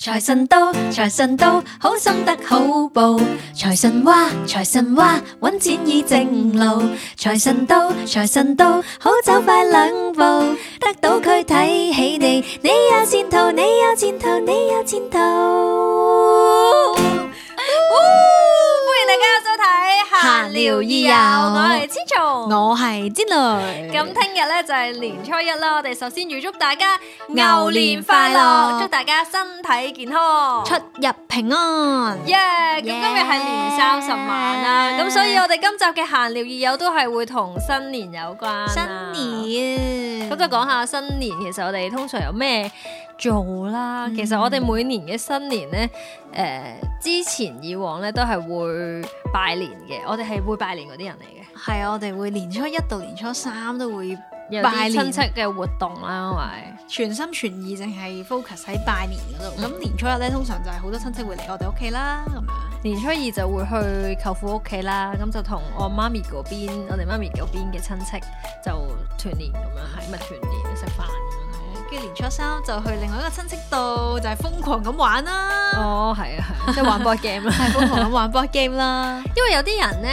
財神到，財神到，好心得好報。財神話，財神話，揾錢已正路。財神到，財神到，好走快兩步。得到佢睇起你，你有前途，你有前途，你有前途。歡迎大家收睇《閒聊意友》，我係千松。我係之類咁聽日咧就係年初一啦，我哋首先預祝大家牛牛年年快快樂樂，祝大家身體健康。出入平安。耶！咁今日係年三十晚啦， Yeah 咁所以我哋今集嘅閒聊二友都係會同新年有關啊。新年咁就講下新年，其實我哋通常有咩做啦？嗯其實我哋每年嘅新年呢，誒、呃之前以往呢都係會拜年嘅，我哋係會拜年嗰啲人嚟嘅。係啊，我哋會年初一到年初三都會有拜啲親年戚嘅活動啦，因為全心全意淨係 focus 喺拜年嗰度。咁年初一咧，通常就係好多親戚會嚟我哋屋企啦，咁樣。年初二就會去舅父屋企啦，咁就同我媽咪嗰邊，我哋媽咪嗰邊嘅親戚就團年咁樣，係咪團年食飯咁樣？跟住年初三就去另外一個親戚度，就係、瘋狂咁玩啦，哦，係啊，係啊，即係玩 board game 啦。係瘋狂咁玩 board game 啦。因為有啲人呢，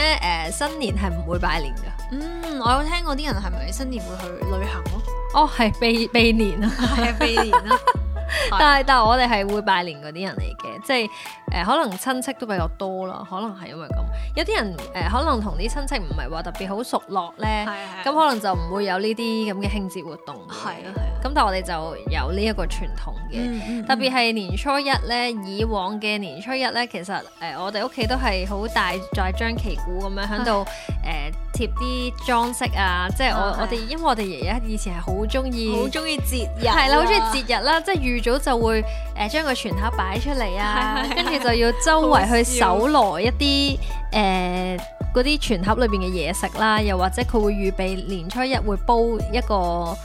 誒、新年係唔會拜年㗎。嗯，我有聽過啲人係咪新年會去旅行咯？ 哦， 係避避年啊！係啊，避年啦。但係但係我哋係會拜年嗰啲人嚟嘅，即係誒、呃可能親戚都比較多啦，可能係因為咁。有啲人誒、呃可能同啲親戚唔係話特別好熟絡咧，係咁可能就唔會有呢啲咁嘅慶節活動嘅。係啊係啊嗯咁但係我哋就有呢一個傳統 Ừ, 嘅。嘅特別係年初一咧，以往嘅年初一咧，其實誒、呃我哋屋企都係好大再張旗鼓咁樣喺度誒貼啲裝飾啊，即係我啊係我哋因為我哋爺爺以前係好中意好中意節日，啊係啦，好中意節日啦，即係預早就會誒將個全盒擺出嚟啊係係，係跟住就要周圍去搜羅一啲誒嗰啲全盒裏邊嘅嘢食啦，又或者佢會預備年初一會煲一個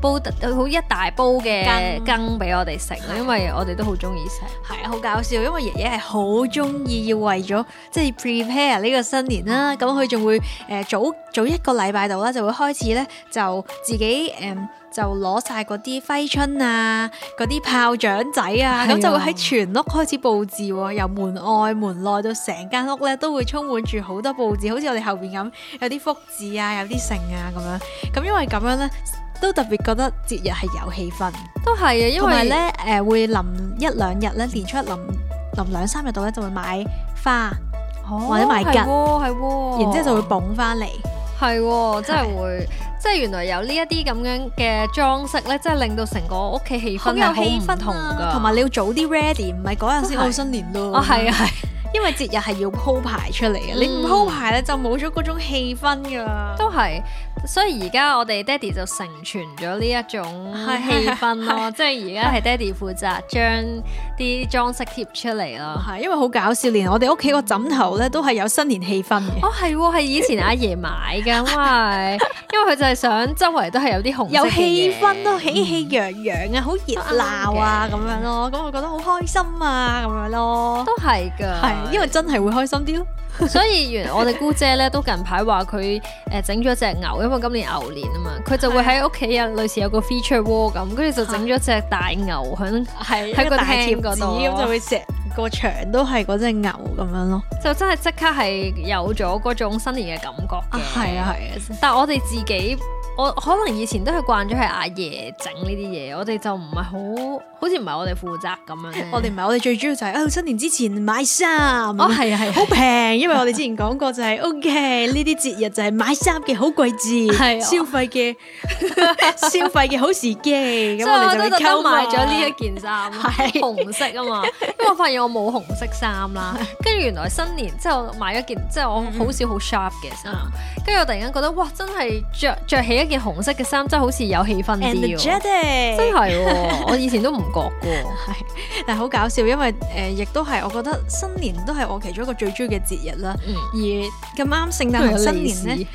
煲得好一大煲嘅羹羹俾我哋食啦，係因為我哋都好中意食。係啊，好搞笑，因為爺爺係好中意要為咗即係 prepare 呢個新年啦，咁佢仲會誒、呃早早一個禮拜度啦，就會開始咧就自己誒、嗯就攞晒嗰啲揮春啊，嗰啲炮仗仔啊，係咁、啊就會喺全屋開始佈置喎，由門外門內到成間屋咧都會充滿住好多佈置，好似我哋後邊咁有啲福字啊，有啲盛啊咁樣，咁因為咁樣咧。都特別覺得節日係有氣氛，都係啊，因同埋為咧，誒、會臨一兩日咧，年初一臨臨兩三日度咧，就會買花，或或者賣桔哦係喎，係喎然之後就會捧翻嚟，係喎，真係會，即係原來有呢一啲咁樣嘅裝飾咧，真係令到成個屋企氣氛係好唔同㗎，啊同埋你要早啲 ready，唔係嗰日先都係好新年咯。哦，係啊，係啊，因為節日係要鋪排出嚟嘅，嗯你唔鋪排咧就冇咗嗰種氣氛㗎啦。都係。所以而家我哋爹哋就承傳咗呢一種係氣氛 咯，即係而家係爹哋負責將啲裝飾貼出嚟咯。係因為好搞笑，連我哋屋企個枕頭咧都係有新年氣氛嘅，哦，係喎，係以前阿爺買㗎，因為 因為佢就係想周圍都係有啲紅色有嘅嘢氣氛咯，喜氣洋洋啊，好熱鬧啊咁樣咯，咁我覺得好開心啊咁樣咯，都係㗎，係 因為真係會開心啲咯。所以原來我哋姑姐咧都近排話佢誒整咗隻牛，因為今年牛年啊嘛，佢就會喺屋企有類似有個 feature wall 咁，跟住就整咗隻大牛喺，係喺喺個個大貼廳紙嗰度咁就會成個牆都係嗰只牛咁樣咯。就真係即刻係有咗嗰種新年嘅感覺嘅。啊係啊，但係我哋自己，我可能以前都係慣咗係阿爺整呢啲嘢，我哋就唔係好，好似唔係我哋負責咁樣咧。我哋唔係我哋最主要就係、啊新年之前買衫。哦係啊係啊好平，因為我哋之前講過就係、OK 呢啲節日就係買衫嘅好季節，係啊消費嘅 消費嘅好時機，咁 所以我我哋就都會特登購買買咗呢一件衫，啊 係紅色啊嘛，因為我發現我冇紅色衫啦。跟住原來新年之後買咗件，即係嗯我好少好 sharp 嘅衫。啊跟住我突然間覺得，哇！真係着着起一件紅色嘅衫，真係好似有氣氛啲喎。 energetic，真係喎，我以前都唔覺嘅喎。係，但係好搞笑，因為誒、呃亦都係我覺得新年都係我其中一個最中意嘅節日啦。嗯，而咁 啱聖誕同新年咧。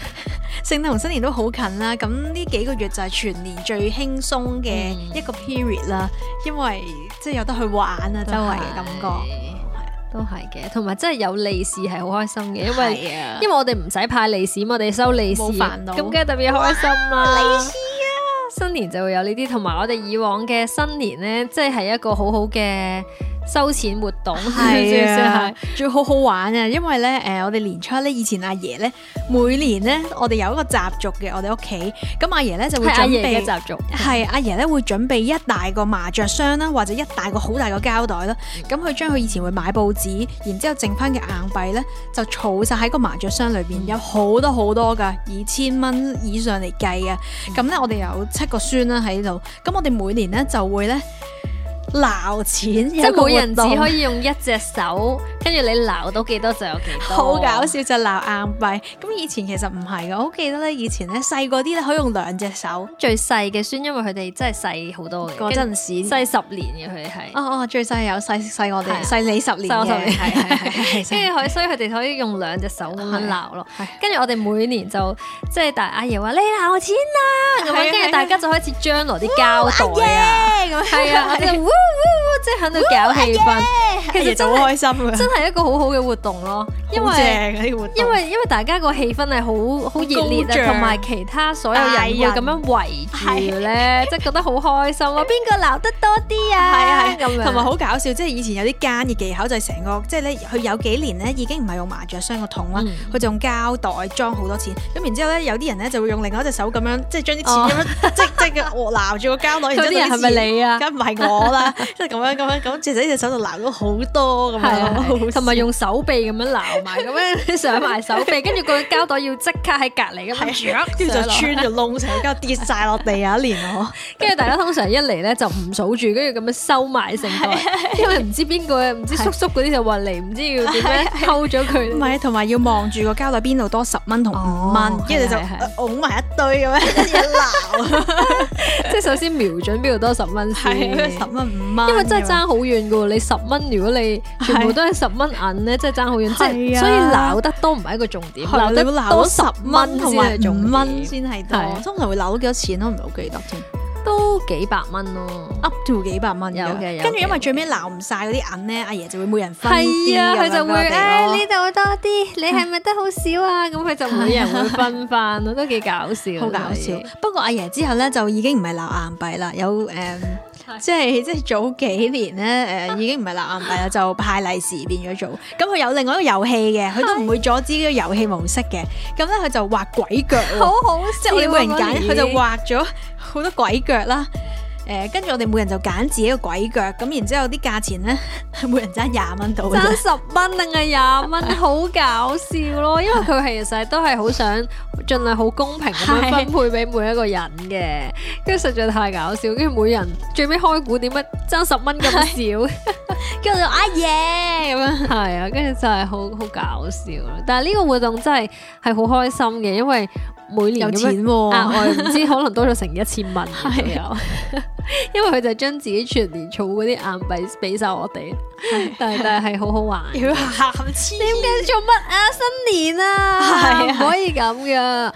聖誕同新年都好近啦，咁呢幾個月就係全年最輕鬆嘅嗯一個 period 啦，因為即係有得去玩啊，周圍嘅感覺。都係嘅，同埋真係有利是係好開心嘅，因為係啊因為我哋唔使派利是嘛，我哋收利是，冇煩惱咁梗係特別開心啦。利是啊！新年就會有呢啲，同埋我哋以往嘅新年呢，即係一個好好嘅收錢活動，係 啊係，仲要好好玩啊！因為咧，誒、我哋年初咧，以前阿爺咧，每年咧，我哋有一個習俗嘅，我哋屋企，咁阿爺咧就會係阿準爺嘅備，習俗。係阿爺咧會準備一大個麻雀箱啦，或者一大個好大個膠袋啦，咁佢將佢以前會買報紙，然之後剩翻嘅硬幣咧，就儲晒喺個麻雀箱裏嗯邊，有好多好多噶，以千蚊以上嚟計啊！咁咧，我哋有七個孫啦喺度，咁我哋每年咧就會咧。撈錢，即即係每人只 可以用一隻手，跟住你撈到幾多就有幾多。好搞！笑就鬧硬幣，咁以前其實唔係嘅，我好記得咧，以前咧細個啲咧可以用兩隻手最細嘅孫，因為佢哋真係細好多嘅，嗰陣時，細十年嘅佢哋係，哦哦最細有細細我係啊哋細你十年細我嘅，十年係係係係跟係住可以所以佢哋可以用兩隻手咁樣鬧咯。係跟住我哋每年就即係大阿爺話你鬧錢 啦，咁樣係啊跟住係啊大家就開始將來啲膠袋啊， 耶咁樣係 啊，即係 woo woo woo，即係喺度搞氣氛，其其實實就真好係開心嘅，真係一個好好嘅活動咯，因啊好為。正啊呢個活動，因為因為大家個氣氛係好好熱烈高漲啊，同埋其他所有人會咁樣圍住咧，即係覺得好開心 啊！邊個鬧得多啲係啊啊？係咁樣同埋好搞笑，即係以前有啲奸嘅技巧就係成個，即係咧佢有幾年咧已經唔係用麻雀箱個桶啦嗯，佢就用膠袋裝好多錢。咁然之後咧，有啲人咧就會用另外一隻手咁樣，即係將哦啲錢咁樣，即即係我撈住個膠袋，然之後嗰啲人啲係咪錢你啊？梗唔係我啦， 即係咁樣咁樣咁，其實呢隻手就鬧咗好多咁係啊樣，同埋用手臂咁樣鬧埋，咁 樣上埋手臂，跟住個膠袋要即刻喺隔離咁樣，啊跟住就上穿落咗窿成間跌晒落地啊！一年我跟住大家通常一嚟咧就唔數住，跟住咁樣收埋成袋，因為唔知邊個唔知叔叔嗰啲就話嚟，唔知要點 樣溝咗唔佢。係，同埋要望住個膠袋邊度多十蚊同五蚊哦，跟住係就係係呃拱埋一堆咁樣一嘢鬧，即係首先瞄準邊度多十蚊先。 係啊十蚊啊五蚊，因為真係爭好遠噶喎，你十蚊如果你全部都係十蚊銀咧，真係爭好遠，即係係啊所以鬧得多唔係一個重點，係啊鬧你得會多鬧十十蚊蚊同同埋埋重五蚊蚊，先係係多，通常會扭到幾多錢都唔係好記得添都幾百蚊咯。 ，up to 幾百蚊㗎有嘅有跟住嘅因為最尾鬧唔晒嗰啲銀咧，阿爺就會每人分係啲哦啊，咁佢樣就會俾我誒哋咯呢度多啲，你係咪得好少啊？咁佢就每人會分翻咯，都幾搞笑，好搞笑。不過阿爺之後咧就已經唔係鬧硬幣啦，有誒、嗯係即係即係早幾年咧誒、已經唔係鬧硬幣啦，就派利是變咗做。咁佢有另外一個遊戲嘅，佢都唔會阻止呢個遊戲模式嘅。咁咧佢就畫鬼腳喎，好好笑啊。即係我哋每人揀，嗰佢就年畫咗好多鬼腳啦。誒，跟住我哋每人就揀自己個鬼腳，咁然之後啲價錢咧， 每人爭廿蚊到嘅爭啫。十蚊定係廿 蚊，好搞笑咯！因為佢係其實都係好想盡量好公平咁樣係分配俾每一個人嘅，跟住實在太搞笑，跟住每人最尾開估點解爭十蚊咁少，跟住我就阿爺咁樣，係啊，跟住就係好好搞笑咯。但係呢個活動真係係好開心嘅，因為每年有咁樣錢喎、額外啊唔知可能多咗成一千 蚊左右，因為佢就將自己全年儲嗰啲硬幣俾晒我哋，但係但係係好好 玩。 要喊黐點解做乜啊？新年啊，係唔啊可以咁噶。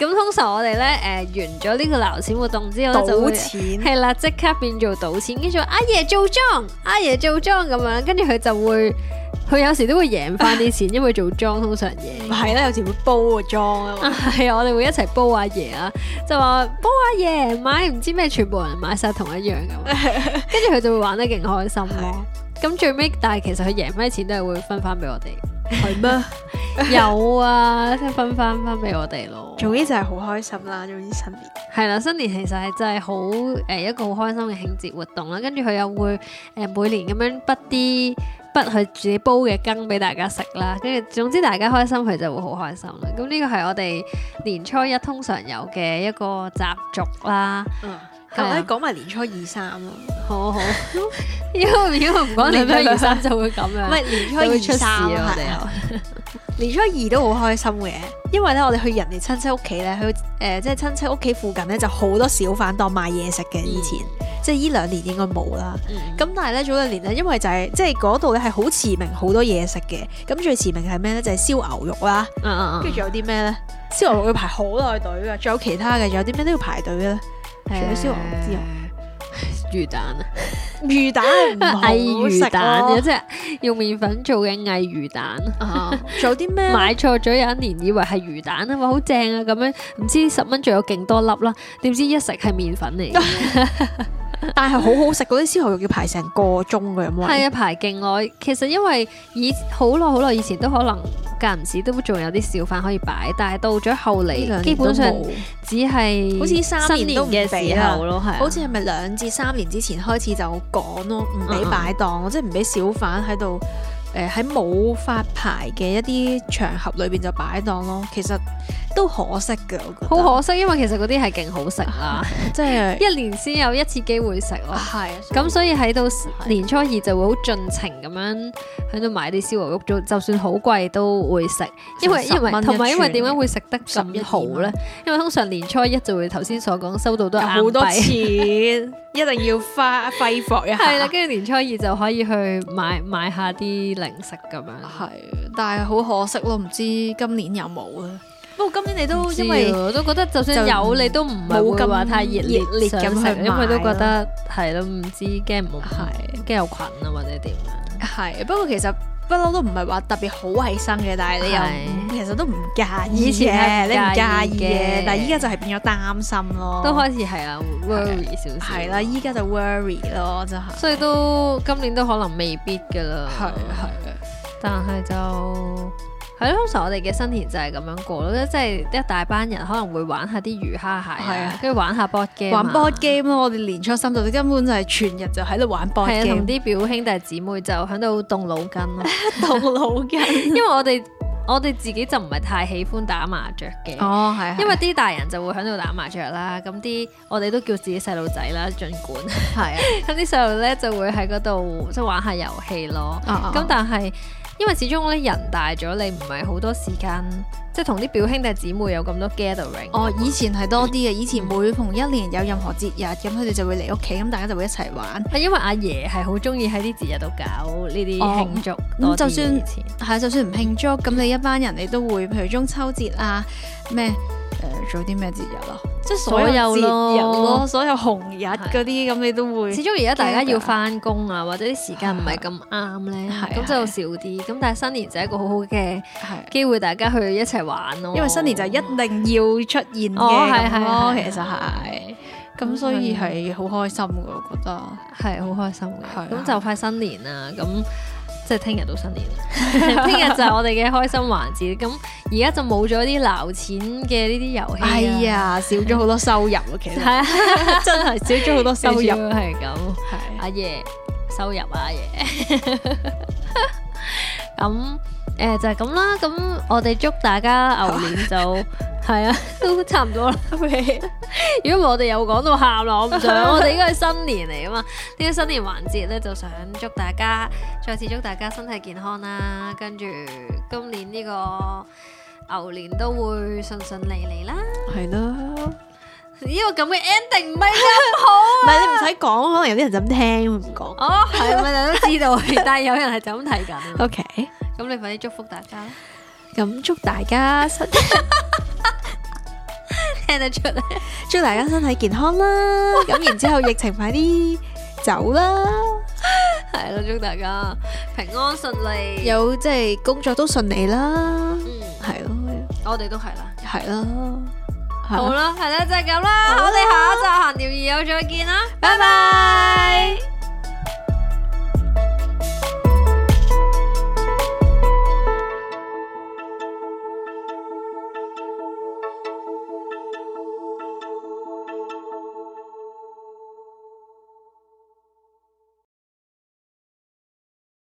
咁通常我哋咧誒完咗呢個撈錢活動之後咧，啊就會賭錢係啦，即刻變做賭錢，跟住話阿爺做莊，阿爺做莊咁樣，跟住佢就會佢有時都會贏翻啲錢，因為做莊通常贏。係啦，有時會煲個妝啊嘛。係啊，我哋會一齊煲阿爺啊，就話煲阿爺買唔知咩，全部人買晒同一樣咁，跟住佢就會玩得勁開心咯。咁最尾，但係其實佢贏翻啲錢都係會分翻俾我哋。係咩？有啊，即係分翻翻俾我哋咯。總之就係好開心啦，總之新年係啦，新年其實係真係好誒、一個好開心嘅慶節活動啦。跟住佢又會誒、每年咁樣滗啲滗佢自己煲嘅羹俾大家食啦。跟住總之大家開心，佢就會好開心啦。咁呢個係我哋年初一通常有嘅一個習俗啦。係啊咁咧講埋年初二三啊啦，好 好，因為如果唔講年初二三就會咁唔樣，係年初就會二出事啊！三我係哋啊又。 年初二都好開心嘅，因為咧我哋去人哋親戚屋企咧，去誒、呃即係親戚屋企附近咧就好多小販檔賣嘢食嗯嘅，以前、即係依兩年應該冇啦。咁咁但係咧早兩年咧，因為就係、即係嗰度咧係好馳名好多嘢食嘅，咁最馳名係咩咧？就係、燒牛肉啦，嗯跟住仲有啲咩咧？燒牛肉要排好耐隊噶，仲有其他嘅，仲有啲咩都要排隊嘅咧？除咗燒牛肉之外，魚蛋啊。魚蛋係唔好偽食 啊魚蛋咯嘅，即係用麵粉做嘅偽魚蛋。啊仲有啲咩呢？買錯咗有一年以為係魚蛋啊嘛，好正 啊咁樣，唔知十蚊仲有勁多粒啦，點知一食係麵粉嚟嘅。但係好好食嗰啲燒牛肉要排成個鐘嘅咁樣。係啊，排勁耐。其實因為以好耐好耐以前都可能間唔時都仲有啲小販可以擺，但係到咗後呢嚟，兩年基本上都冇只係好似三新年年都唔嘅俾時啦候咯，係啊好似係咪兩至三年之前開始就講咯，唔俾擺檔，即係唔俾小販喺度誒喺冇發牌嘅一啲場合裏邊就擺檔咯。其實都可惜嘅，我覺得好可惜，因為其實嗰啲係勁好食 啦，即係一年先有一次機會食咯。係啊咁所以喺到年初二就會好盡情咁樣喺度買啲燒牛肉做，就算好貴都會食，因為十因為蚊一同埋因為串點解嘅會食得咁好咧？因為通常年初一就會頭先所講收到都有係好多硬幣錢，一定要花揮霍一 下。係啦，跟住年初二就可以去買買下啲零食咁樣。係，但係好可惜咯，唔知今年有冇啊？不過今年你都因因為為啊我都覺得就算就有你都唔係會話太熱烈冇咁熱烈咁想食去買啊因為都覺得係咯，唔知驚唔係驚有菌啊或者點樣。係，不過其實不嬲都唔係話特別好衞生嘅，但係你又其實都唔介意以嘅，前你唔係唔介介意意嘅嘅，但係依家就係變咗擔心咯，都開始係啦，worry 少少。哦係啦，依家就 worry 咯，真係所以都今年都可能未必噶啦。係係但係就係咯，通常我哋嘅新年就係咁樣過咯，即係一大班人可能會玩下啲魚蝦蟹係啊啊，跟住玩下 board game，玩啊 board game 咯，我哋年初三就根本就係全日就喺度玩 board 係啊， game，同啲表兄弟姊妹就喺度動腦筋 咯，動腦筋。因為我哋我哋自己就唔係太喜歡打麻雀嘅。哦，係因因為為啲大人就會喺度打麻雀啦，咁啲我哋都叫自己細路仔啦，盡管係咁啲細路咧就會喺嗰度即係玩下遊戲咯。啊，咁但係因為始終咧人大咗，你唔係好多時間，即係同啲表兄弟姊妹有咁多 gathering。哦，以前係多啲嘅，以前每逢一年有任何節日，咁佢哋就會嚟屋企，咁大家就會一齊玩。係因為阿爺係好中意喺啲節日度搞呢啲哦慶祝多啲嘅，就算以前係啊，就算唔慶祝，咁你一班人你都會，譬如中秋節啊，咩誒、做啲咩節日咯，即係所有節日咯，所有紅日嗰啲，咁你都會始終而家大家驚㗎要翻工啊，或者啲時間唔係啊咁啱咧，係咁就少啲。咁但係新年就係一個好好嘅係，機會，大家去一齊玩咯。因為新年就一定要出現嘅哦係咁咯，係其實係，咁所以係好開心嘅，我覺得。係好開心係啊嘅。咁就快新年啦，咁即係聽日到新年 啦。 聽日就係我哋嘅開心環節。咁而家就冇咗啲撈錢嘅呢啲遊戲。啊哎，呀，少咗好多收入啊，其實係啊， 真係少咗好多 收入，係係咁。阿爺收入啊，阿爺。 咁誒、就係咁啦，咁我哋祝大家牛年就 係啊，都差唔多啦。如果唔係我哋又講到喊啦，我唔想。我哋應該係新年嚟啊嘛，呢個新年環節咧，就想祝大家再次祝大家身體健康啦，跟住今年呢個牛年都會順順利利啦。係啦。呢、個咁嘅 ending 唔係 咁好。唔係你唔使講，可能有啲人就咁聽唔講。哦，係咪大家都知道？但係有人係就咁睇緊啊。 OK，咁你快啲祝福大 家啦，咁祝大家身 聽得出咧。祝大家身體健康啦。咁然之後疫情快啲走啦，係啦，祝大家平安順利。有即係工作都順利啦，嗯，係咯，我哋都係啦。係啦，好係啦，啦，係啦，就係咁啦。我哋下一集閒聊二友再見啦，拜拜。